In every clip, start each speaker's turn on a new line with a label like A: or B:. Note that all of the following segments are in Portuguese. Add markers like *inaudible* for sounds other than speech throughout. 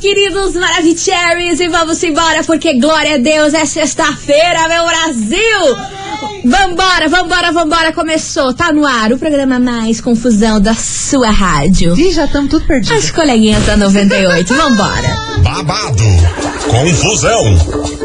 A: queridos Maravicheries, e vamos embora, porque glória a Deus, é sexta-feira, meu Brasil! Vambora, vambora, vambora, começou, tá no ar o programa mais confusão da sua rádio.
B: Ih, já estamos tudo perdidos.
A: As coleguinhas da 98, vambora!
C: babado, confusão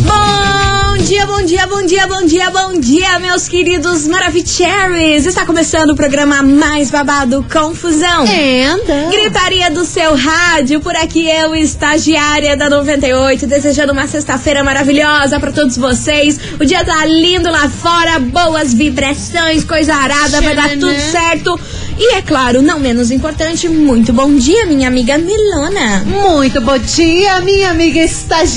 A: Bom dia, bom dia, bom dia, bom dia, bom dia, meus queridos Maravicheries! Está começando o programa mais babado, Confusão.
B: Anda.
A: Gritaria do seu rádio, por aqui eu, estagiária da 98, desejando uma sexta-feira maravilhosa pra todos vocês. O dia tá lindo lá fora, boas vibrações, coisa arada, vai dar tudo certo. E é claro, não menos importante, muito bom dia, minha amiga Milona.
B: Muito bom dia, minha amiga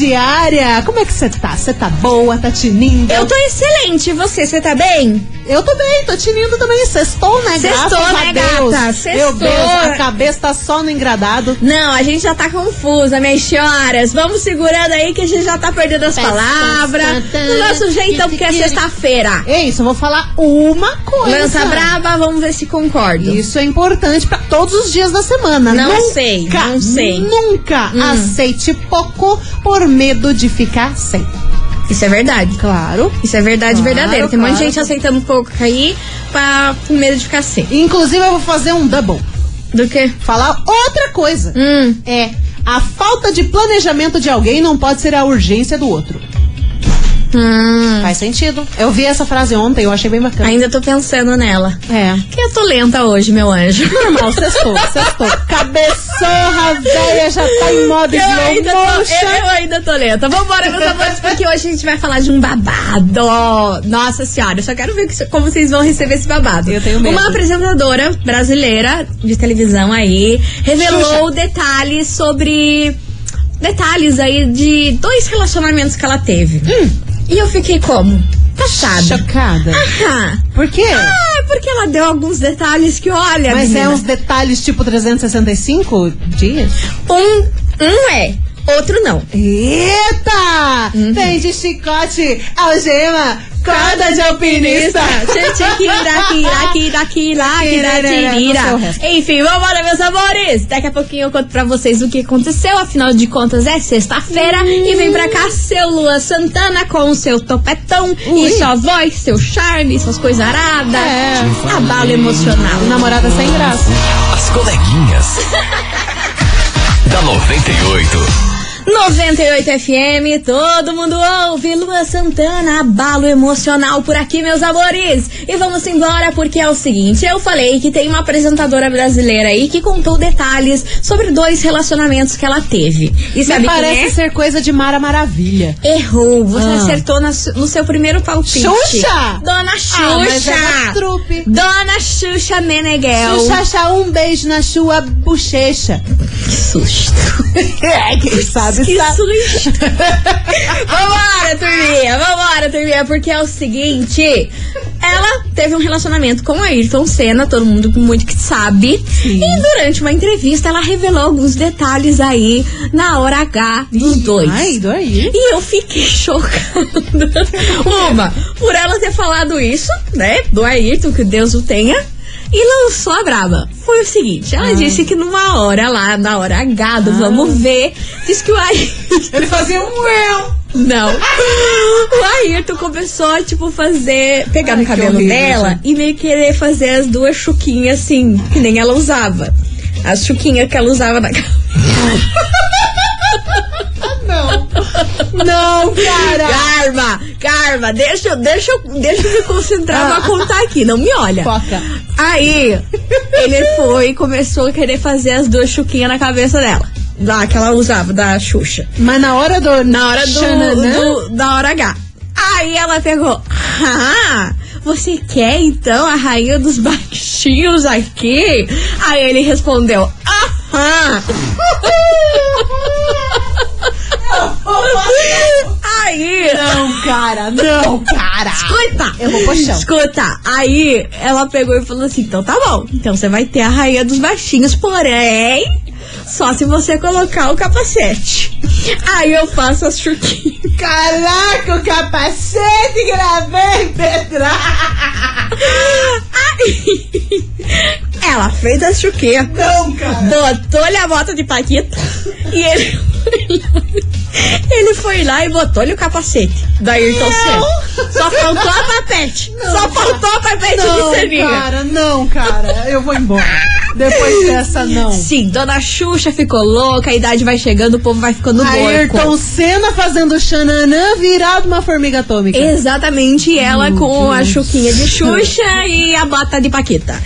B: estagiária. Como é que você tá? Você tá boa? Tá tinindo?
A: Eu tô excelente, e você, você tá bem?
B: Eu tô bem, tô tinindo também. Sextou, né,
A: Sextou,
B: Graças a
A: né,
B: Deus.
A: gata? Sextou.
B: Meu Deus, a cabeça tá só no engradado.
A: Não, a gente já tá confusa, minhas senhoras. Vamos segurando aí que a gente já tá perdendo as palavras. Do nosso jeitão, porque é sexta-feira.
B: É isso, eu vou falar uma coisa.
A: Lança braba, vamos ver se concordo.
B: Isso é importante pra todos os dias da semana.
A: Não
B: Nunca,
A: sei, não sei. Hum.
B: Nunca aceite pouco por medo de ficar sem.
A: Isso é verdade.
B: Claro.
A: Isso é verdade
B: Claro,
A: verdadeira. Tem um monte de
B: claro.
A: gente aceitando pouco aí pra, com medo de ficar sem.
B: Inclusive, eu vou fazer um double.
A: Do que?
B: Falar outra coisa.
A: Hum.
B: É, a falta de planejamento de alguém não pode ser a urgência do outro.
A: Hum.
B: Faz sentido. Eu vi essa frase ontem, eu achei bem bacana.
A: Ainda tô pensando nela.
B: É.
A: Que eu tô lenta hoje, meu
B: *laughs*
A: anjo.
B: Normal, sextou, sextou. Cabeçorra velha já tá em modo
A: Eu
B: slow
A: ainda, tô, eu,
B: motion.
A: eu ainda tô lenta. Vambora, meus amores, porque hoje a gente vai falar de um babado. Nossa senhora, eu só quero ver que isso- como vocês vão receber esse babado.
B: Eu tenho medo.
A: Uma apresentadora brasileira de televisão aí revelou detalhes sobre. Detalhes aí de dois relacionamentos que ela teve.
B: Hum.
A: E eu fiquei como? Taxada.
B: Chocada.
A: Ah,
B: Por quê?
A: ah, porque ela deu alguns detalhes que, olha.
B: Mas
A: Ah,
B: é
A: menina,
B: uns detalhes tipo 365 dias?
A: um, um é, outro não.
B: Eita!
A: Uhum.
B: Tem de chicote, algema, corda de alpinista. Não sei o resto.
A: Enfim, vambora, meus amores! Daqui a pouquinho eu conto pra vocês o que aconteceu. Afinal de contas, é sexta-feira. E vem pra cá seu Lua Santana com o seu topetão e
B: Ui.
A: sua voz, seu charme, suas coisas aradas.
B: É.
A: Abalo emocional.
B: Namorada sem graça.
D: As coleguinhas. da 98.
A: 98 FM, todo mundo ouve. Lua Santana, abalo emocional por aqui, meus amores. E vamos embora, porque é o seguinte: eu falei que tem uma apresentadora brasileira aí que contou detalhes sobre dois relacionamentos que ela teve. E sabe
B: Me
A: quem
B: parece
A: é?
B: ser coisa de Mara Maravilha.
A: Errou, você
B: Ah.
A: acertou na su- no seu primeiro palpite.
B: Xuxa!
A: Dona Xuxa!
B: Ah, mas é da trupe.
A: Dona Xuxa Meneghel!
B: Xuxa, um beijo na sua bochecha.
A: que susto!
B: É, quem sabe,
A: que *laughs*
B: sabe.
A: susto! Vambora, turminha, vambora, turminha, porque é o seguinte. Ela teve um relacionamento com Ayrton Senna, todo mundo muito que sabe. E durante uma entrevista, ela revelou alguns detalhes aí na hora H dos dois.
B: Ai, do aí.
A: E eu fiquei *laughs* chocada. Uma, por ela ter falado isso, né? Do Ayrton, que Deus o tenha. E lançou a braba. Foi o seguinte,
B: Ah.
A: ela disse que numa hora lá, na hora H do Vamos Ver, disse que o Ayrton... *laughs*
B: Ele fazia um eu.
A: Não. O Ayrton começou a, tipo, fazer... Pegar
B: Ai,
A: no
B: que
A: cabelo
B: horrível,
A: dela e meio querer fazer as duas chuquinhas, assim, que nem ela usava. As chuquinhas que ela usava na cabeça.
B: Não. Não, cara.
A: Karma, karma, deixa, eu- deixa, eu- deixa eu me concentrar pra contar aqui, não me olha.
B: Ah. Foca.
A: Aí, ele foi e começou a querer fazer as duas chuquinhas na cabeça dela. Da que ela usava, da Xuxa.
B: Mas na hora do.
A: Na hora do,
B: Xananã,
A: do- da hora H. Aí ela pegou. Ah, você quer então a rainha dos baixinhos
B: *laughs*
A: aqui? Aí ele respondeu. Aham! Aí.
B: Não, cara, não, cara.
A: Escuta!
B: Eu vou pro chão.
A: Escuta, aí ela pegou e falou assim: então tá bom, então você vai ter a rainha dos baixinhos, porém, só se você colocar o capacete. Aí eu faço as chuquinhas.
B: Caraca, o capacete gravei, Petra.
A: Aí, ela fez as chuquinhas,
B: Não, cara.
A: botou-lhe a bota de Paquita e ele foi lá, ele foi lá e botou-lhe o capacete da Ayrton Senna. Só faltou a papete. Só faltou a papete
B: Não,
A: de Seninha.
B: cara, não, cara. Eu vou embora. Depois dessa, não.
A: Sim, Dona Xuxa ficou louca, a idade vai chegando, o povo vai ficando
B: Ayrton
A: louco.
B: Senna fazendo xananã virado uma formiga atômica.
A: Exatamente, ela com a chuquinha de
B: *laughs*
A: Xuxa e a bota de
B: É.
A: Paquita.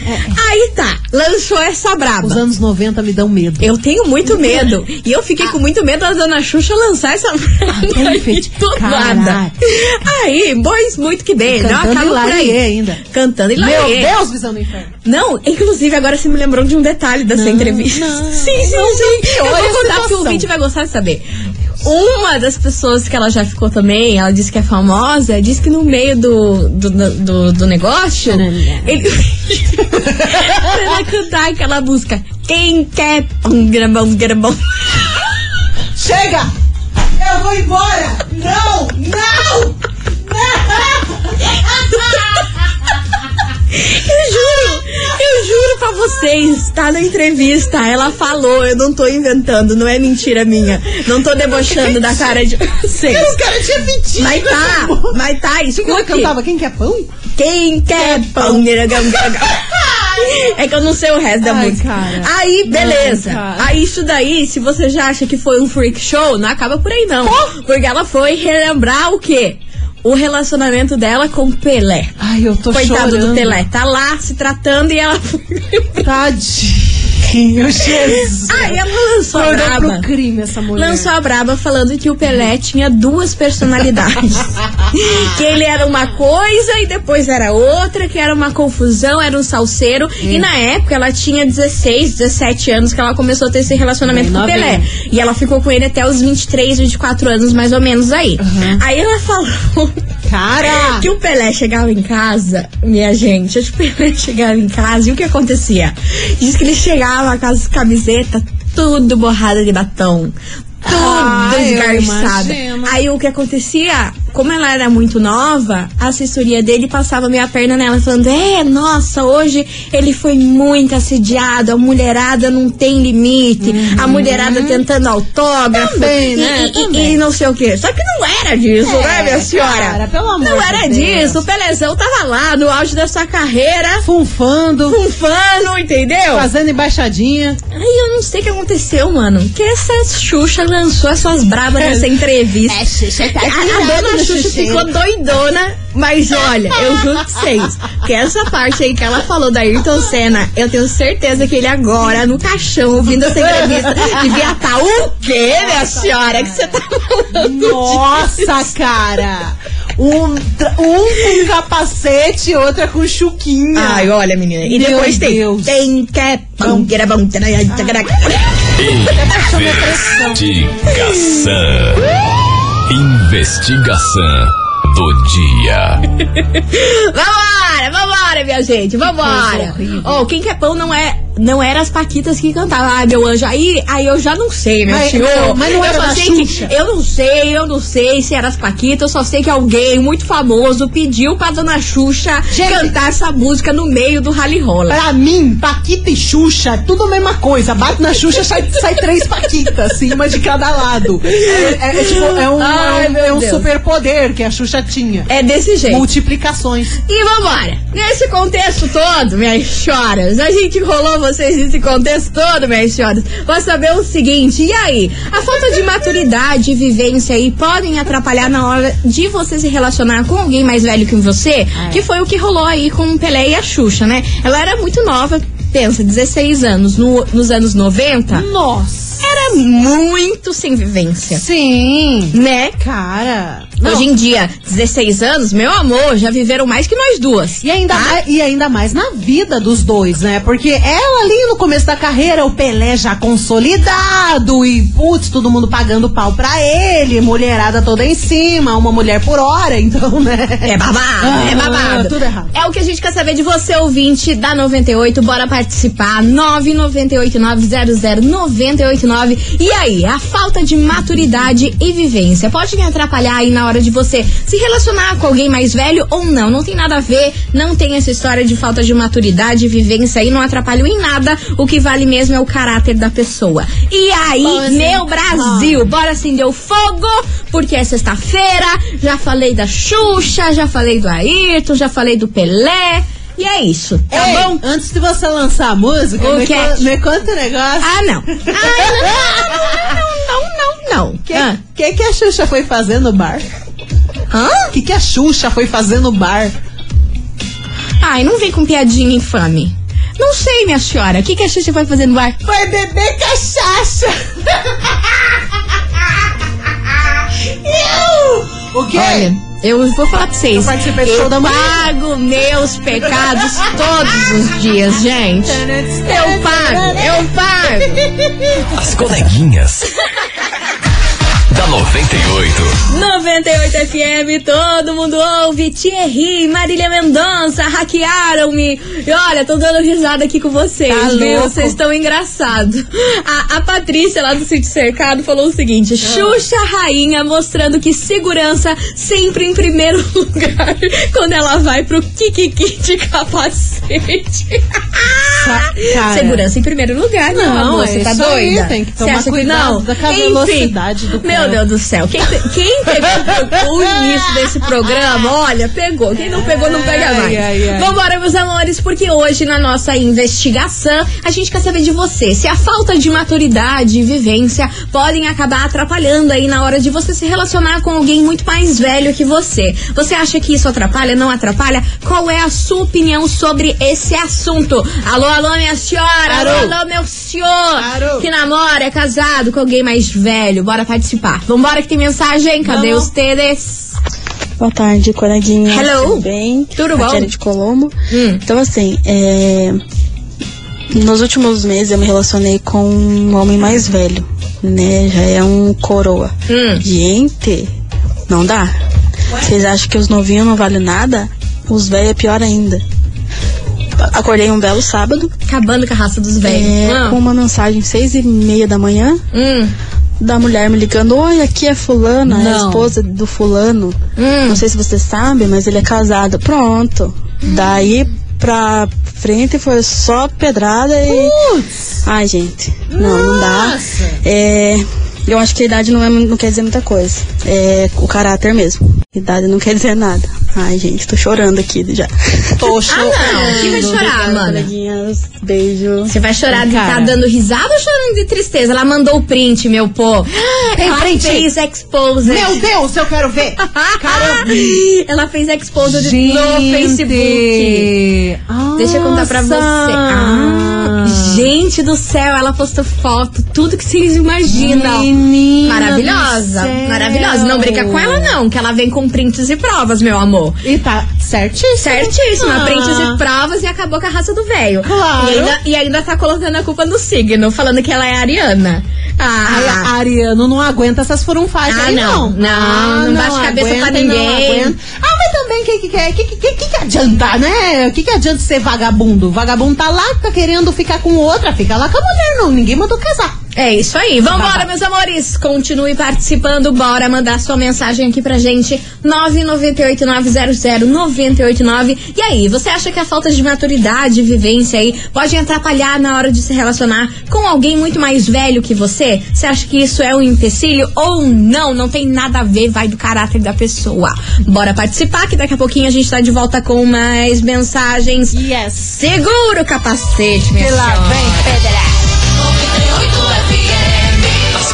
A: Aí tá, lançou essa braba.
B: Os anos 90 me dão medo.
A: Eu tenho muito medo. E eu
B: Ah.
A: fiquei com muito medo da Dona Xuxa lançar essa *laughs* braba aí
B: perfeito.
A: do
B: Caralho.
A: nada. Aí, pois muito que bem. Não
B: Cantando
A: acaba por
B: Hilarie
A: aí.
B: ainda.
A: Cantando e
B: Meu Deus, visão do inferno.
A: Não, inclusive agora você me lembrou de um detalhe dessa entrevista.
B: não,
A: *laughs* sim, sim, sim. Eu
B: pior é
A: vou
B: a
A: contar porque
B: situação.
A: o ouvinte vai gostar de saber. Uma das pessoas que ela já ficou também, ela disse que é famosa, disse que no meio do, do, do, do negócio, ele *laughs* pra ela cantar aquela música. Quem quer um grambão, grambão.
B: Chega! Eu vou embora! Não! Não!
A: Eu juro, eu juro pra vocês, tá na entrevista, ela falou, eu não tô inventando, não é mentira minha. Não tô debochando da cara de vocês.
B: Os caras tinham mentido!
A: Mas tá, mas tá,
B: Quem é que ela
A: escute.
B: cantava? Quem quer pão?
A: Quem quer pão? É que eu não sei o resto da
B: Ai,
A: música.
B: cara.
A: Aí, beleza.
B: Não, cara.
A: Aí, isso daí, se você já acha que foi um freak show, não acaba por aí, não. Porque ela foi relembrar o quê? O relacionamento dela com Pelé.
B: Ai, eu tô
A: Coitado
B: chorando.
A: do Pelé. Tá lá se tratando e
B: *laughs*
A: ela foi.
B: Tadinho, Jesus.
A: Aí Ah, ela lançou a
B: Acordou pro né?
A: braba.
B: crime essa mulher.
A: Lançou a braba falando que o Pelé tinha duas
B: *laughs*
A: personalidades. que ele era uma coisa e depois era outra, que era uma confusão, era um salseiro.
B: Hum.
A: E na época ela tinha 16, 17 anos que ela começou a ter esse relacionamento
B: Bem
A: com o
B: novinha.
A: Pelé. E ela ficou com ele até os 23, 24 anos, mais ou menos aí. Aí ela falou
B: Cara!
A: que o Pelé chegava em casa, minha gente, acho que o Pelé *laughs* chegava em casa e o que acontecia? Diz que ele chegava com as camisetas tudo borrada de batom. Tudo
B: Ah, eu
A: esgarçado.
B: imagino.
A: Aí o que acontecia? Como ela era muito nova, a assessoria dele passava meia perna nela, falando: É, nossa, hoje ele foi muito assediado, a mulherada não tem limite, a mulherada tentando autógrafo.
B: Uhum. Também,
A: e-
B: né?
A: e- e-
B: Também.
A: e não sei o quê. Só que não era disso,
B: É,
A: né, minha senhora?
B: cara, pelo amor
A: Não
B: de
A: era
B: Deus.
A: disso. O Pelezão tava lá no auge da sua carreira,
B: Funfando,
A: funfando, entendeu?
B: fazendo embaixadinha.
A: Aí eu não sei o que aconteceu, mano. Que essa Xuxa lançou as suas brabas nessa entrevista. É,
B: Xuxa tá
A: A, a dona Xuxa ficou doidona, mas olha, eu juro pra vocês que essa parte aí que ela falou da Ayrton Senna, eu tenho certeza que ele agora, no caixão, ouvindo essa entrevista, devia estar o quê, minha senhora? Que você tá falando?
B: Nossa, cara! Um, tra-
A: *laughs*
B: um com capacete, outra com chuquinha.
A: Ai, olha, menina. E
B: Meu
A: depois tem.
B: Deus.
A: Tem que é pão, que era bom. tarará, tarará.
D: Investigação. Investigação do dia.
A: *laughs* Vambora, vambora, minha gente, vambora. Oh, quem quer pão não é. Não era as Paquitas que cantavam. Ai, meu anjo. Aí, aí eu já não sei, meu
B: Mas-
A: senhor.
B: não, mas não
A: eu
B: era
A: só
B: da
A: sei que-
B: Xuxa?
A: Eu não sei, eu não sei se era as Paquitas. Eu só sei que alguém muito famoso pediu pra dona Xuxa
B: Gente.
A: cantar essa música no meio do rally rola.
B: Pra mim, Paquita e Xuxa, é tudo a mesma coisa. Bate na Xuxa, sai, sai três Paquitas, assim, uma de cada lado. É, é- é tipo, é um,
A: Ai,
B: é um-
A: meu
B: é um
A: Deus.
B: superpoder que a Xuxa tinha.
A: É desse jeito.
B: Multiplicações.
A: E vambora! Nesse contexto todo, minhas choras, a gente rolou vocês nesse contexto todo, minhas choras, pra saber o seguinte, e aí? A falta de maturidade e vivência aí podem atrapalhar na hora de você se relacionar com alguém mais velho que você? Que foi o que rolou aí com o Pelé e a
B: Hum.
A: Xuxa, né? Ela era muito nova, pensa, 16 anos, no- nos anos 90.
B: Nossa.
A: era muito sem vivência.
B: Sim.
A: Né?
B: Cara.
A: Hoje em dia, 16 anos, meu amor, já viveram mais que nós duas.
B: E ainda, mais, e ainda mais na vida dos dois, né? Porque ela ali no começo da carreira, o Pelé já consolidado e, putz, todo mundo pagando pau pra ele, mulherada toda em cima, uma mulher por hora, *laughs* então, né?
A: É babado,
B: Ah,
A: é babado.
B: tudo errado.
A: É o que a gente quer saber de você, ouvinte da 98. Bora participar. 998900989. E aí, a falta de maturidade e vivência pode me atrapalhar aí na hora de você se relacionar com alguém mais velho ou não? Não tem nada a ver, não tem essa história de falta de maturidade e vivência aí, não atrapalha em nada. O que vale mesmo é o caráter da pessoa. E aí,
B: é.
A: meu Brasil, bora acender o fogo, porque é sexta-feira, já falei da Xuxa, já falei do Ayrton, já falei do Pelé, e é isso, tá
B: Ei,
A: bom?
B: Antes de você lançar a música,
A: O
B: me,
A: quê?
B: con- me conta um negócio.
A: Ah, *laughs* não. Ah, não, não, não, não, não.
B: O que,
A: Ah.
B: que, que a Xuxa foi fazer no bar?
A: Hã?
B: O que, que a Xuxa foi fazer no bar?
A: Ai, não vem com piadinha infame. Não sei, minha senhora, o que, que a Xuxa vai fazer no bar?
B: Foi beber *laughs* cachaça! Eu! O quê?
A: Olha, eu vou falar pra vocês.
B: Eu participei do show
A: eu
B: da manhã.
A: pago meus pecados todos os dias, gente. Eu pago, eu pago.
D: As coleguinhas. da 98.
A: 98 FM, todo mundo ouve. Thierry, Marília Mendonça, hackearam-me. E olha, tô dando risada aqui com vocês,
B: Tá
A: viu?
B: louco.
A: Vocês estão engraçados. A, a Patrícia, lá do Sítio Cercado, falou o seguinte:
B: Ah.
A: Xuxa Rainha mostrando que segurança sempre em primeiro *laughs* lugar quando ela vai pro Kikiki de capacete. *laughs*
B: Ca- cara.
A: Segurança em primeiro lugar, não,
B: Não,
A: amor,
B: é
A: você tá
B: isso aí,
A: doida?
B: tem que
A: Você
B: tomar
A: acha
B: cuidado
A: não?
B: da
A: Enfim,
B: velocidade do
A: Meu
B: cara.
A: Deus do céu, quem, pe- quem pegou o início desse programa, olha, pegou. Quem não pegou, não pega
B: Ai,
A: mais.
B: ai, ai.
A: Vambora, Então, meus amores, porque hoje na nossa investigação a gente quer saber de você se a falta de maturidade e vivência podem acabar atrapalhando aí na hora de você se relacionar com alguém muito mais velho que você. Você acha que isso atrapalha, não atrapalha? Qual é a sua opinião sobre esse assunto? Alô, alô, minha senhora! Alô,
B: Alô.
A: alô, meu senhor!
B: Alô.
A: Que namora, é casado com alguém mais velho. Bora participar. Vambora que tem mensagem. Cadê
B: Vamos.
A: os TDs?
E: Boa tarde, coleguinha.
A: Hello.
E: Tudo bem?
A: Tudo
E: Aqui é
A: bom?
E: Ari de Colombo.
A: Hum.
E: Então, assim, é... nos últimos meses eu me relacionei com um homem mais velho, né? Já é um coroa.
A: Hum.
E: Gente, não dá. Vocês acham que os novinhos não valem nada? Os velhos é pior ainda. Acordei um belo sábado,
A: Acabando com a raça dos velhos.
E: é,
A: Ah.
E: com uma mensagem seis e meia da manhã,
A: Hum.
E: da mulher me ligando, oi, aqui é fulana, é a
B: Não.
E: esposa do fulano.
A: Hum.
E: Não sei se você sabe, mas ele é casado. Pronto. Daí pra frente foi só pedrada e.
B: Putz!
E: Ai, gente. Não, não dá.
B: Nossa.
E: É, eu acho que a idade não, é, não quer dizer muita coisa. É o caráter mesmo. Idade não quer dizer nada. Ai, gente, tô chorando aqui já.
B: Tô
A: Ah,
B: chorando.
A: não. Quem vai chorar, mana?
E: Coleguinhas, beijo.
A: Você vai chorar de tá
B: Cara.
A: dando risada ou chorando de tristeza? Ela mandou o print, meu pô.
B: Tem
A: Ela
B: print?
A: fez expose.
B: Meu Deus, eu quero ver! Caramba!
A: *laughs* Ela fez expose de- no Facebook. Deixa eu contar pra você. Ah, gente do céu, ela postou foto, tudo que vocês imaginam.
B: Menina
A: Maravilhosa,
B: do céu.
A: maravilhosa. Não brinca com ela, não, que ela vem com prints e provas, meu amor.
B: E tá certíssimo.
A: Certíssima,
B: Ah.
A: prints e provas e acabou com a raça do velho.
B: Claro.
A: E ainda, e ainda tá colocando a culpa no signo, falando que ela é ariana.
B: Ai,
A: Ah,
B: a Ariano não aguenta essas foram faz
A: Ah,
B: aí,
A: não.
B: não. Ah,
A: Não, não bate cabeça pra ninguém.
B: aguenta. ah, mas também, o que, que, que, que, que, que que adianta, né? O que, que adianta ser vagabundo? Vagabundo tá lá, tá querendo ficar com outra, fica lá com a mulher, não. Ninguém mandou casar.
A: É isso aí. Vambora, meus amores. Continue participando. Bora mandar sua mensagem aqui pra gente. 998-900-989. E aí, você acha que a falta de maturidade e vivência aí pode atrapalhar na hora de se relacionar com alguém muito mais velho que você? Você acha que isso é um empecilho ou não? Não tem nada a ver, vai do caráter da pessoa. Bora participar, que daqui a pouquinho a gente tá de volta com mais mensagens.
B: Yes.
A: Segura o capacete, minha senhora.
D: As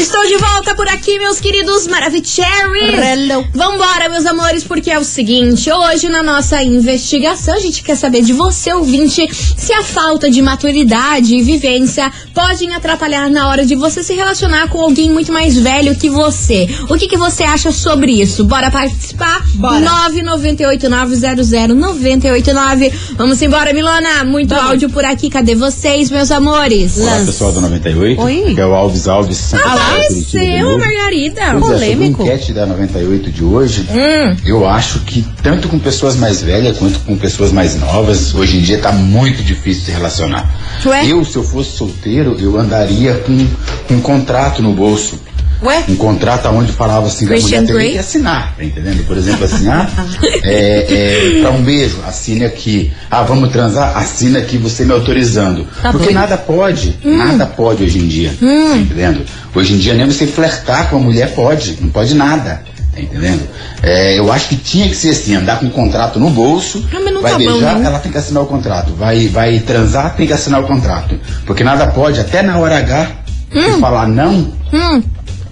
A: Estou Estou de volta por aqui, meus queridos Maravicheries.
B: Hello.
A: Vambora, meus amores, porque é o seguinte: hoje na nossa investigação, a gente quer saber de você, ouvinte, se a falta de maturidade e vivência podem atrapalhar na hora de você se relacionar com alguém muito mais velho que você. O que, que você acha sobre isso? Bora participar?
B: Bora.
A: 998900989. Vamos embora, Milona. Muito áudio por aqui. Cadê vocês, meus amores?
F: Olá, pessoal do Ah, 98.
B: Oi.
F: Aqui é o Alves Alves Santa Fé, Curitiba de
A: Apareceu,
F: novo.
A: Margarida.
F: Pois é, sobre
B: polêmico.
F: a enquete da 98 de hoje, eu acho que tanto com pessoas mais velhas quanto com pessoas mais novas, hoje em dia tá muito difícil se relacionar.
A: Ué?
F: Eu, se eu fosse solteiro, eu andaria com com um contrato no bolso.
B: Ué?
F: Um contrato onde falava assim da
A: é? Christian
F: mulher teria
A: Grey?
F: que assinar, tá entendendo? Por exemplo, assim, ah, *laughs* é, é, pra um beijo, assine aqui. Ah, vamos transar? Assina aqui, você me autorizando.
B: Tá
F: Porque
B: doido.
F: nada pode,
A: Hum.
F: nada pode hoje em dia, tá entendendo? Hoje em dia nem você flertar com a mulher pode, não pode nada. Tá entendendo? É, eu acho que tinha que ser assim, andar com um contrato no bolso,
A: Ah, mas não
F: vai
A: tá bom,
F: beijar,
A: não.
F: ela tem que assinar o contrato. Vai, vai transar, tem que assinar o contrato. Porque nada pode, até na hora H,
A: Hum.
F: se falar não,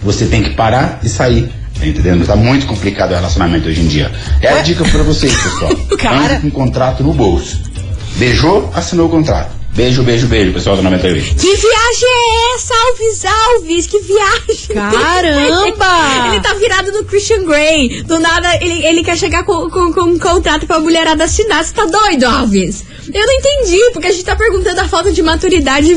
F: você tem que parar e sair. Tá entendendo? Tá muito complicado o relacionamento hoje em dia. É a dica pra vocês, pessoal.
B: Cara.
F: Ande com um contrato no bolso. Beijou, assinou o contrato. Beijo, beijo, beijo, pessoal do 98.
A: Que viagem é essa, Alves Alves? Que viagem! *laughs*
B: Caramba!
A: ele tá virado no Christian Grey. Do nada, ele, ele quer chegar com, com, com um contrato pra mulherada assinar. Você tá doido, Alves? Eu não entendi, porque a gente tá perguntando a falta de maturidade. *laughs*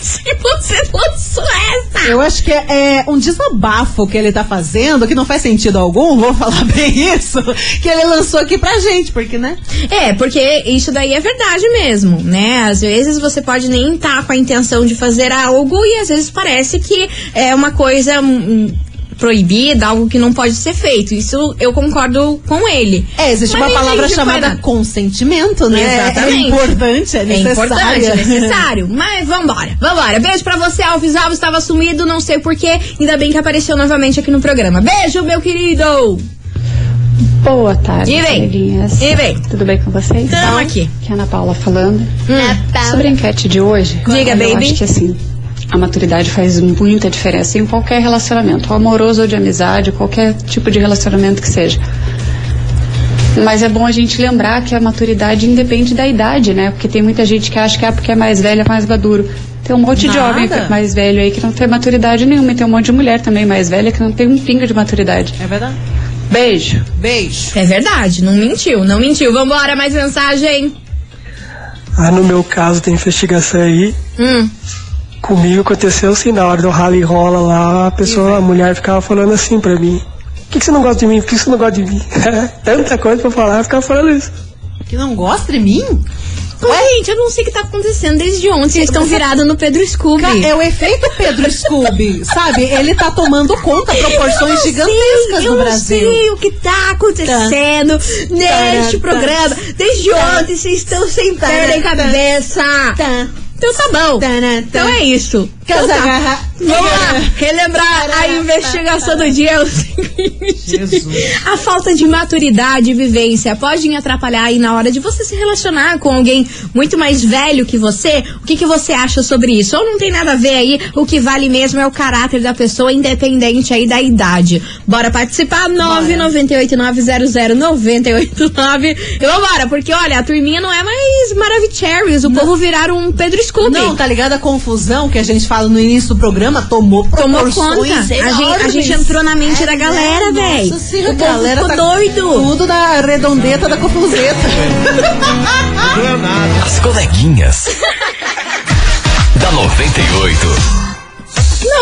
A: Se você lançou essa!
B: Eu acho que é, é um desabafo que ele tá fazendo, que não faz sentido algum, vou falar *laughs* bem isso, que ele lançou aqui pra gente, porque, né?
A: É, porque isso daí é verdade mesmo, né? Às vezes você pode nem estar com a intenção de fazer algo e às vezes parece que é uma coisa hum, proibida, algo que não pode ser feito. Isso eu concordo com ele.
B: É, existe
A: Mas
B: uma
A: nem
B: palavra
A: gente
B: chamada
A: para-
B: consentimento, né? É-
A: Exatamente.
B: É importante, é
A: É
B: necessário.
A: importante, é necessário. Mas vambora, vambora. Beijo pra você, Alves Alves. Estava sumido, não sei porquê. Ainda bem que apareceu novamente aqui no programa. Beijo, meu querido!
G: Boa tarde,
A: E vem.
G: amiguinhas.
A: E vem.
G: Tudo bem com vocês?
A: Tamo
B: Então,
A: aqui.
G: Que é a Ana Paula falando.
B: é
A: Hum.
G: Sobre a enquete de hoje.
A: Diga,
G: eu
A: baby.
G: acho que assim, a maturidade faz muita diferença em qualquer relacionamento, amoroso ou de amizade, qualquer tipo de relacionamento que seja. Mas é bom a gente lembrar que a maturidade independe da idade, né? Porque tem muita gente que acha que é porque é mais velho, é mais maduro. Tem um monte de
B: Nada.
G: homem que é mais velho aí que não tem maturidade nenhuma. E tem um monte de mulher também mais velha que não tem um pingo de maturidade.
B: É verdade?
G: Beijo!
B: *laughs* Beijo.
A: É verdade, não mentiu, não mentiu. Vambora, mais mensagem.
H: Ah, no meu caso tem investigação aí.
A: Hum.
H: Comigo aconteceu assim, na hora do rally rola lá, a pessoa, a mulher ficava falando assim pra mim. Por que, que você não gosta de mim? Por que que você não gosta de mim? *laughs* Tanta coisa pra falar, eu ficava falando isso.
B: Que não gosta de mim? é?
A: Gente, eu não sei o que tá acontecendo desde ontem. Vocês estão virados no Pedro Scooby.
B: Ca- É o efeito Pedro Scooby, sabe? Ele tá tomando conta proporções gigantescas
A: eu
B: no
A: não
B: Brasil.
A: sei o que tá acontecendo neste
B: Tá, tá,
A: programa. Desde ontem vocês estão sem
B: tá,
A: perna em
B: tá,
A: cabeça.
B: tá.
A: Então tá bom.
B: Tá, tá, tá.
A: Então é isso. Então
B: Casa
A: tá.
B: agarra-
A: Vamos lá. Relembrar a investigação do dia. é o seguinte. A falta de maturidade e vivência podem atrapalhar aí na hora de você se relacionar com alguém muito mais velho que você. O que, que você acha sobre isso? Ou não tem nada a ver aí, o que vale mesmo é o caráter da pessoa, independente aí da idade. Bora participar? 998900989. E vambora, porque olha, a turminha não é mais Maravicherrys, o povo viraram um Pedro Scooby.
B: Não, tá ligado? A confusão que a gente fala no início do programa tomou
A: Tomou
B: proporções
A: conta. A gente, a
B: enormes.
A: gente entrou na mente da galera,
B: né?
A: velho.
B: Nossa senhora,
A: O
B: a
A: povo
B: galera
A: ficou
B: tá
A: doido.
B: Tudo na redondeta da confuseta.
A: *laughs*
D: As coleguinhas. *laughs* da 98.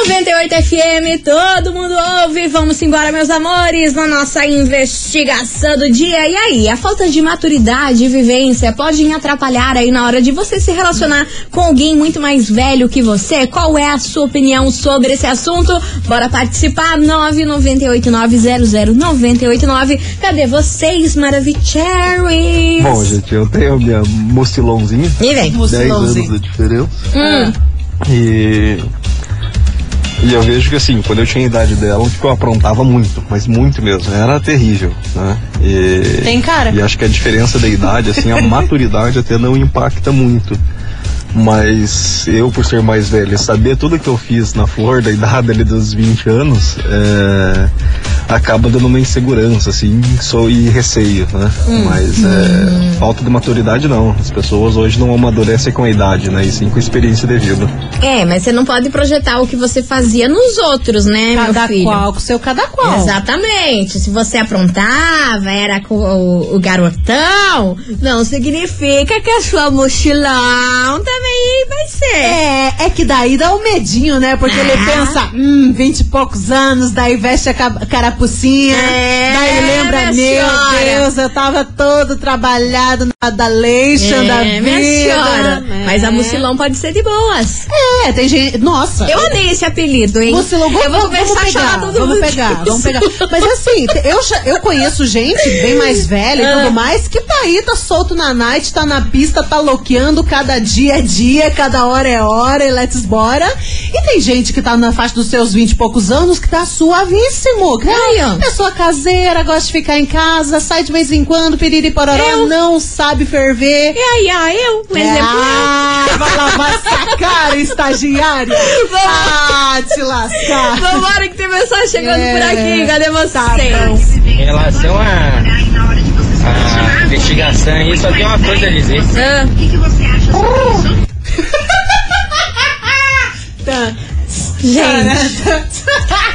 A: 98 FM, todo mundo ouve. Vamos embora, meus amores, na nossa investigação do dia. E aí, a falta de maturidade e vivência podem atrapalhar aí na hora de você se relacionar com alguém muito mais velho que você? Qual é a sua opinião sobre esse assunto? Bora participar! 998900989. Cadê vocês, Maravicherry?
I: Bom, gente, eu tenho a minha mochilãozinha,
A: E vem.
I: 10 anos
B: Mucilãozinho.
I: de diferença.
A: Hum.
B: Ah.
I: E. E eu vejo que assim, quando eu tinha a idade dela, tipo, eu aprontava muito, mas muito mesmo. Era terrível, né? E,
B: Tem cara?
I: E acho que a diferença da idade, assim, a maturidade até não impacta muito. Mas eu, por ser mais velho, saber tudo que eu fiz na flor da idade ali dos 20 anos, é, acaba dando uma insegurança, assim, sou e receio, né? Hum. Mas é, hum. falta de maturidade não. As pessoas hoje não amadurecem com a idade, né? E sim com a experiência de vida.
A: É, mas você não pode projetar o que você fazia nos outros, né,
B: cada
A: meu filho?
B: qual com o seu cada qual.
A: Exatamente. Se você aprontava, era com o, o garotão, não significa que a sua mochilão também vai ser.
B: É, é que daí dá o um medinho, né? Porque ah. ele pensa, hum, vinte e poucos anos, daí veste a carapucinha, é, daí lembra, meu senhora. Deus, eu tava todo trabalhado na da leixa, é, da vida.
A: Né? Mas a mochilão pode ser de boas.
B: É, tem gente, nossa.
A: Eu amei esse apelido, hein?
B: Mochilão,
A: eu vou começar
B: pegar,
A: a chamar todo
B: Vamos pegar, vamos pegar. Mas assim, eu, eu conheço gente bem mais velha
A: Ah.
B: e tudo mais, que tá aí, tá solto na night, tá na pista, tá loqueando, cada dia é dia, cada hora é hora, e let's bora. E tem gente que tá na faixa dos seus vinte e poucos anos que tá suavíssimo. Que aí, ó. Pessoa caseira, gosta de ficar em casa, sai de vez em quando, piriri pororó, eu. não sabe ferver.
A: E aí, ó, eu, por exemplo.
B: É,
A: é
B: Ah, eu. vai lavar essa cara, estagiário. Vamos. Ah, te lascar.
A: Vambora que tem pessoa chegando é. por aqui, cadê você? Tá
J: em relação à investigação aí, só tem uma coisa a dizer. Ah. O que, que você acha sobre isso?
A: *laughs*
J: Tá,
A: tá.
J: né?
A: Gente.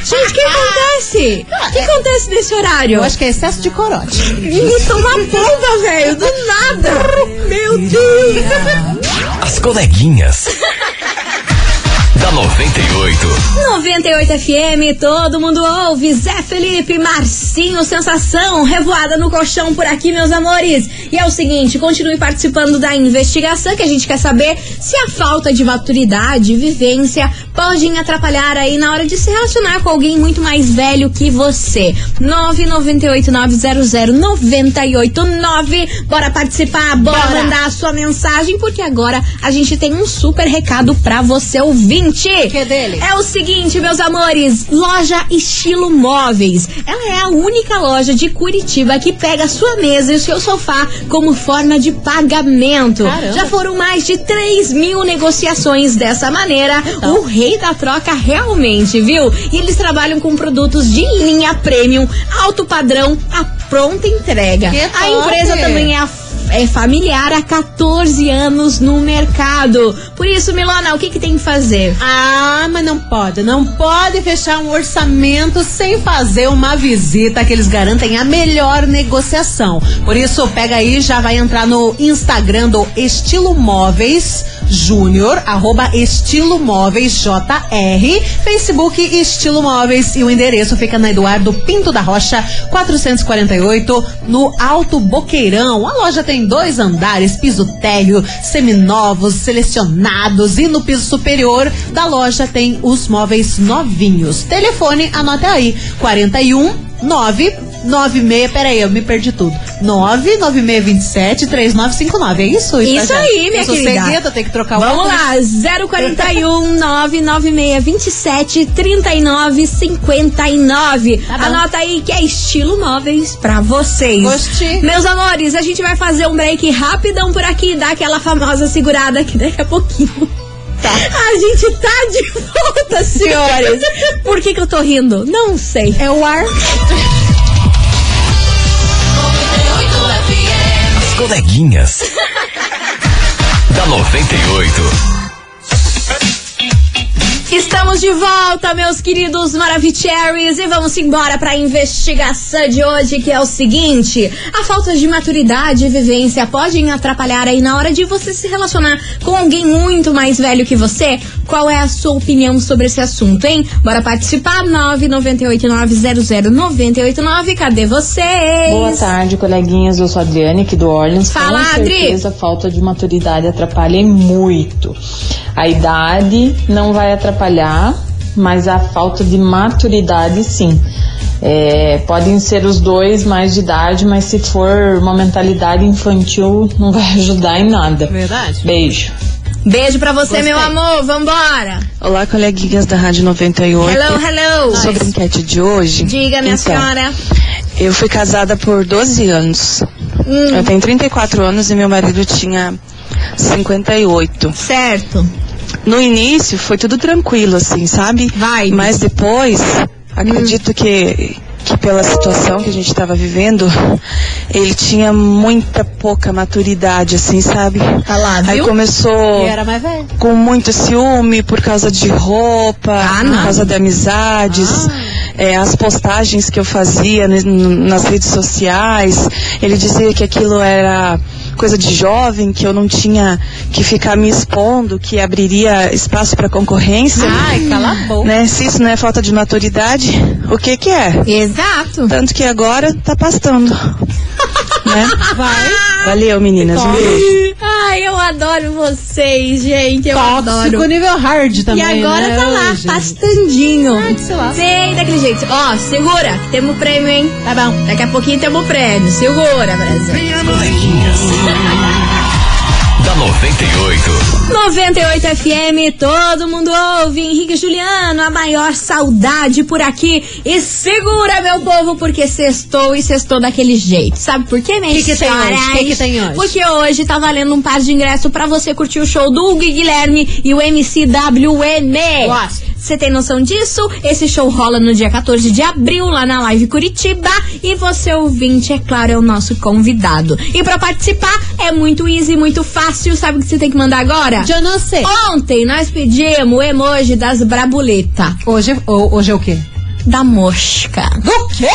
A: Gente, o que acontece? O que
J: é.
A: acontece nesse horário?
B: Eu acho que é excesso de corote.
A: Isso
J: *laughs*
A: é uma bomba, velho, do nada. Meu Deus.
D: As coleguinhas. da 98.
A: 98 FM, todo mundo ouve. Zé Felipe, Marcinho, sensação, revoada no colchão por aqui, meus amores. E é o seguinte, continue participando da investigação que a gente quer saber se a falta de maturidade, vivência, podem atrapalhar aí na hora de se relacionar com alguém muito mais velho que você. 998900989. Bora participar, bora, bora mandar a sua mensagem, porque agora a gente tem um super recado pra você ouvinte.
B: É,
A: é o seguinte, meus amores, loja Estilo Móveis. Ela é a única loja de Curitiba que pega sua mesa e o seu sofá como forma de pagamento. Caramba. Já foram mais de 3 mil negociações dessa maneira. Então. O rei da troca realmente, viu? E eles trabalham com produtos de linha premium, alto padrão, a pronta entrega. a empresa também é a é familiar há 14 anos no mercado. Por isso, Milona, o que, que tem que fazer?
B: Ah, mas não pode. Não pode fechar um orçamento sem fazer uma visita que eles garantem a melhor negociação. Por isso, pega aí, já vai entrar no Instagram do Estilo Móveis Júnior, arroba Estilo Móveis JR, Facebook Estilo Móveis e o endereço fica na Eduardo Pinto da Rocha, 448, no Alto Boqueirão. A loja tem dois andares, piso térreo, seminovos, selecionados e no piso superior da loja tem os móveis novinhos. Telefone, anota aí, 41 9 96, peraí, eu me perdi tudo. 99627 3959. É isso?
A: Isso tá aí, minha
B: isso
A: querida.
B: Segredo, eu tenho que trocar o
A: Vamos lá, 041 99627 3959. Tá bom. Anota aí que é estilo móveis pra vocês.
B: Gostei.
A: Meus amores, a gente vai fazer um break rapidão por aqui, dar aquela famosa segurada que daqui a pouquinho. Tá. A gente tá de volta,
B: *laughs*
A: senhores. Por que, que eu tô rindo? Não sei.
B: É o ar.
D: As coleguinhas. da 98.
A: Estamos de volta, meus queridos Maravicheries, e vamos embora para a investigação de hoje, que é o seguinte: a falta de maturidade e vivência podem atrapalhar aí na hora de você se relacionar com alguém muito mais velho que você? Qual é a sua opinião sobre esse assunto, hein? Bora participar? 998900989. Cadê vocês?
K: Boa tarde, coleguinhas. Eu sou a Adriane aqui do Orleans.
A: É Fala,
K: com certeza,
A: Adri.
K: a falta de maturidade atrapalha muito. A idade não vai atrapalhar atrapalhar, mas a falta de maturidade sim. É, podem ser os dois mais de idade, mas se for uma mentalidade infantil, não vai *laughs* ajudar em nada.
B: Verdade.
K: Beijo.
A: Beijo pra você, Gostei. meu amor. Vambora.
K: Olá, coleguinhas da tá Rádio 98.
A: Hello, hello.
K: Sobre a enquete de hoje.
A: Diga, minha então, senhora.
K: Eu fui casada por 12 anos. Hum. Eu tenho 34 anos e meu marido tinha
L: 58.
A: Certo.
L: No início foi tudo tranquilo, assim, sabe?
A: Vai.
L: Mas depois,
A: Hum.
L: acredito que, que pela situação que a gente estava vivendo, ele tinha muita pouca maturidade, assim, sabe?
A: Tá lá,
L: Aí
A: viu?
L: começou
A: E era mais velho.
L: com muito ciúme por causa de roupa, por causa de amizades. é, as postagens que eu fazia ne- n- nas redes sociais, ele dizia que aquilo era coisa de jovem, que eu não tinha que ficar me expondo, que abriria espaço para concorrência.
A: Ai, cala a boca.
L: Né? Se isso não é falta de maturidade, o que que é?
A: Exato.
L: Tanto que agora tá pastando. né? Vai. Valeu, meninas. Um beijo.
A: Ai, eu adoro vocês, gente. Eu
B: Tóxico
A: adoro.
B: nível hard também.
A: e agora
B: né,
A: tá lá,
B: hoje?
A: pastandinho.
B: Ai, que sei lá.
A: Bem daquele jeito. Ó, segura. Temos prêmio, hein? Tá bom. Daqui a pouquinho temos prêmio. Segura, Brasil.
D: Da 98.
A: 98 FM, todo mundo ouve. Henrique e Juliano, a maior saudade por aqui. E segura, meu povo, porque sextou e sextou daquele jeito. Sabe por quê, minhas
B: Que que tem
A: senhoras?
B: hoje? Que que tem hoje?
A: Porque hoje tá valendo um par de ingresso pra você curtir o show do Hugo e Guilherme e o MCWM.
B: Gosto.
A: Você tem noção disso? Esse show rola no dia 14 de abril, lá na Live Curitiba. E você, ouvinte, é claro, é o nosso convidado. E pra participar é muito easy, muito fácil. Sabe o que você tem que mandar agora?
B: Eu não sei.
A: Ontem nós pedimos o emoji das brabuletas.
B: Hoje, ho- hoje é o quê?
A: Da mosca.
B: Do quê?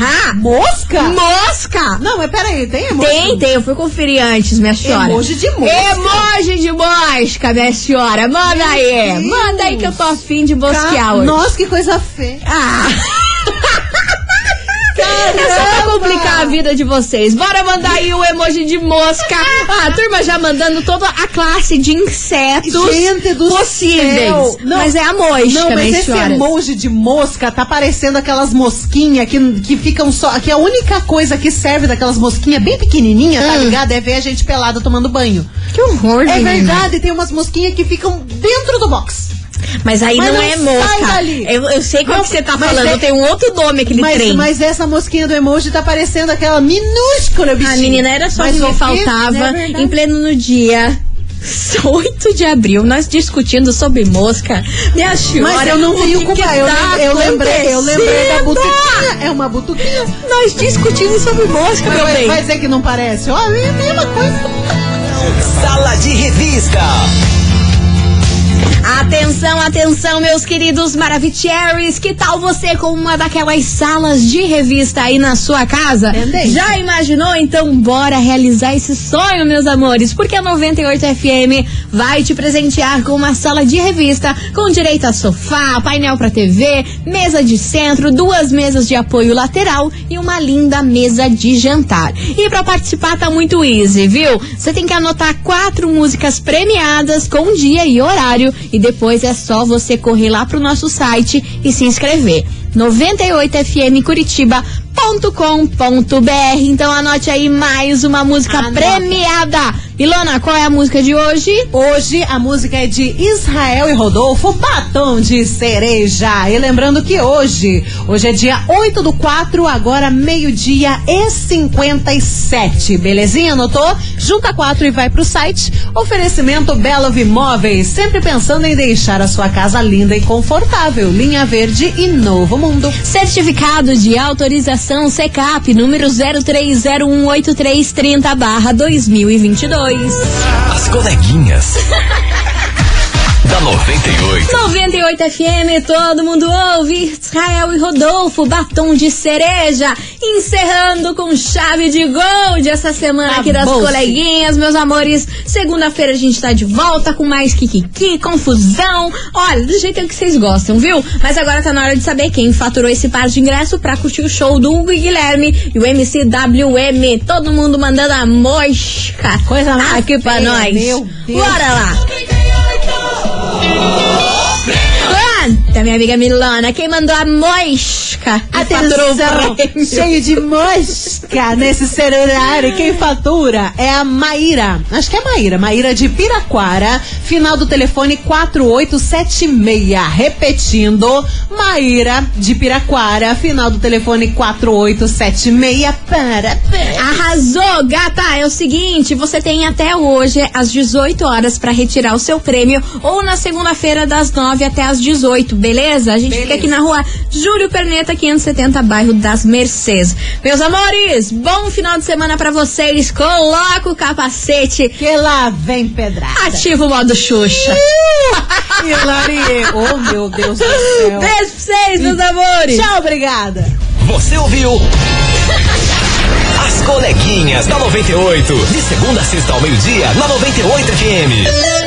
A: Ah!
B: Mosca?
A: Mosca!
B: Não, mas peraí, tem emoji?
A: Tem, tem, eu fui conferir antes, minha senhora.
B: Emoji de mosca.
A: Emoji de mosca, minha senhora. Manda aí.
B: Deus.
A: Manda aí que eu tô afim de mosquear hoje.
B: Nossa, que coisa feia.
A: Ah! *laughs* É só pra complicar a vida de vocês. Bora mandar aí o emoji de mosca. Ah, a turma já mandando toda a classe de insetos
B: Gente do
A: possíveis.
B: céu. Não,
A: mas é a mosca,
B: Não, mas
A: minhas
B: esse
A: senhoras.
B: emoji de mosca tá parecendo aquelas mosquinhas que, que ficam só. Que a única coisa que serve daquelas mosquinhas bem pequenininhas, tá ligado? É ver a gente pelada tomando banho.
A: Que horror,
B: É
A: Ah. menina.
B: verdade, tem umas mosquinhas que ficam dentro do box.
A: Mas aí
B: Mas
A: não,
B: não
A: é
B: sai
A: mosca.
B: dali.
A: Eu, eu sei qual
B: Não,
A: que você tá
B: mas
A: falando.
B: é-
A: Tem um outro nome aquele
B: Mas,
A: trem.
B: mas essa mosquinha do emoji tá parecendo aquela minúscula bichinha.
A: a Ah, menina era só
B: Mas
A: o que
B: o
A: faltava.
B: é verdade.
A: em pleno no dia *laughs* 8 de abril, nós discutindo sobre mosca. Minha senhora,
B: Mas eu
A: o
B: não tenho
A: que
B: culpa.
A: que
B: eu,
A: tá
B: eu lembrei, eu lembrei da
A: acontecendo?
B: butuquinha. É uma butuquinha.
A: Nós discutindo sobre mosca, meu
B: Vai,
A: bem.
B: vai dizer que não parece? Ó, é a mesma coisa.
D: Sala de revista.
A: Atenção, atenção, meus queridos Maravicheries. Que tal você com uma daquelas salas de revista aí na sua casa?
B: Entendi.
A: Já imaginou? Então, bora realizar esse sonho, meus amores. Porque a 98 FM vai te presentear com uma sala de revista com direito a sofá, painel pra TV, mesa de centro, duas mesas de apoio lateral e uma linda mesa de jantar. E pra participar tá muito easy, viu? Você tem que anotar quatro músicas premiadas com dia e horário e depois é só você correr lá pro nosso site e se inscrever. 98FM Curitiba.com.br Então anote aí mais uma música
B: Anota.
A: premiada. Ilona, qual é a música de hoje?
B: Hoje a música é de Israel e Rodolfo, Batom de Cereja. E lembrando que hoje, hoje é dia 8 do 4, agora meio-dia e 57. Belezinha, anotou? Junta 4 e vai pro site. Oferecimento Belo Imóveis, sempre pensando em deixar a sua casa linda e confortável. Linha Verde e Novo Mundo.
A: Certificado de autorização CECAP número 03018330 barra 2022.
D: As coleguinhas. da 98.
A: 98 FM, todo mundo ouve. Israel e Rodolfo, batom de cereja. Encerrando com chave de gold essa semana
B: Tá
A: aqui das
B: bom,
A: coleguinhas, meus amores. Segunda-feira a gente tá de volta com mais kikiki, confusão. Olha, do jeito que vocês gostam, viu? Mas agora tá na hora de saber quem faturou esse par de ingresso pra curtir o show do Hugo e Guilherme e o MCWM. Todo mundo mandando a mosca.
B: Coisa mais
A: Aqui pra
B: feia,
A: nós.
B: meu Deus.
A: Bora lá. One, da minha amiga Milana. Quem mandou a mosca? *laughs* faturou o
B: Atenção,
A: prêmio.
B: cheio de mosca nesse celular. E Quem fatura é a Maíra. Acho que é a Maíra. Maíra de Piraquara. Final do telefone 4876. Repetindo, Maíra de Piraquara. Final do telefone 4876. Para.
A: Arrasou, gata! É o seguinte, você tem até hoje às 18 horas pra retirar o seu prêmio ou na segunda-feira das 9 até às 18, beleza? A gente fica aqui na rua Júlio Perneta 570, bairro das Mercedes. Meus amores, bom final de semana pra vocês. Coloca o capacete
B: que lá vem pedrada.
A: Ativa o modo Xuxa. *laughs*
B: E Lari, oh meu Deus do
A: Beijo
B: céu.
A: pra vocês, meus amores.
B: Tchau, obrigada.
D: Você ouviu? As coleguinhas da 98. De segunda a sexta ao meio-dia, na 98 FM.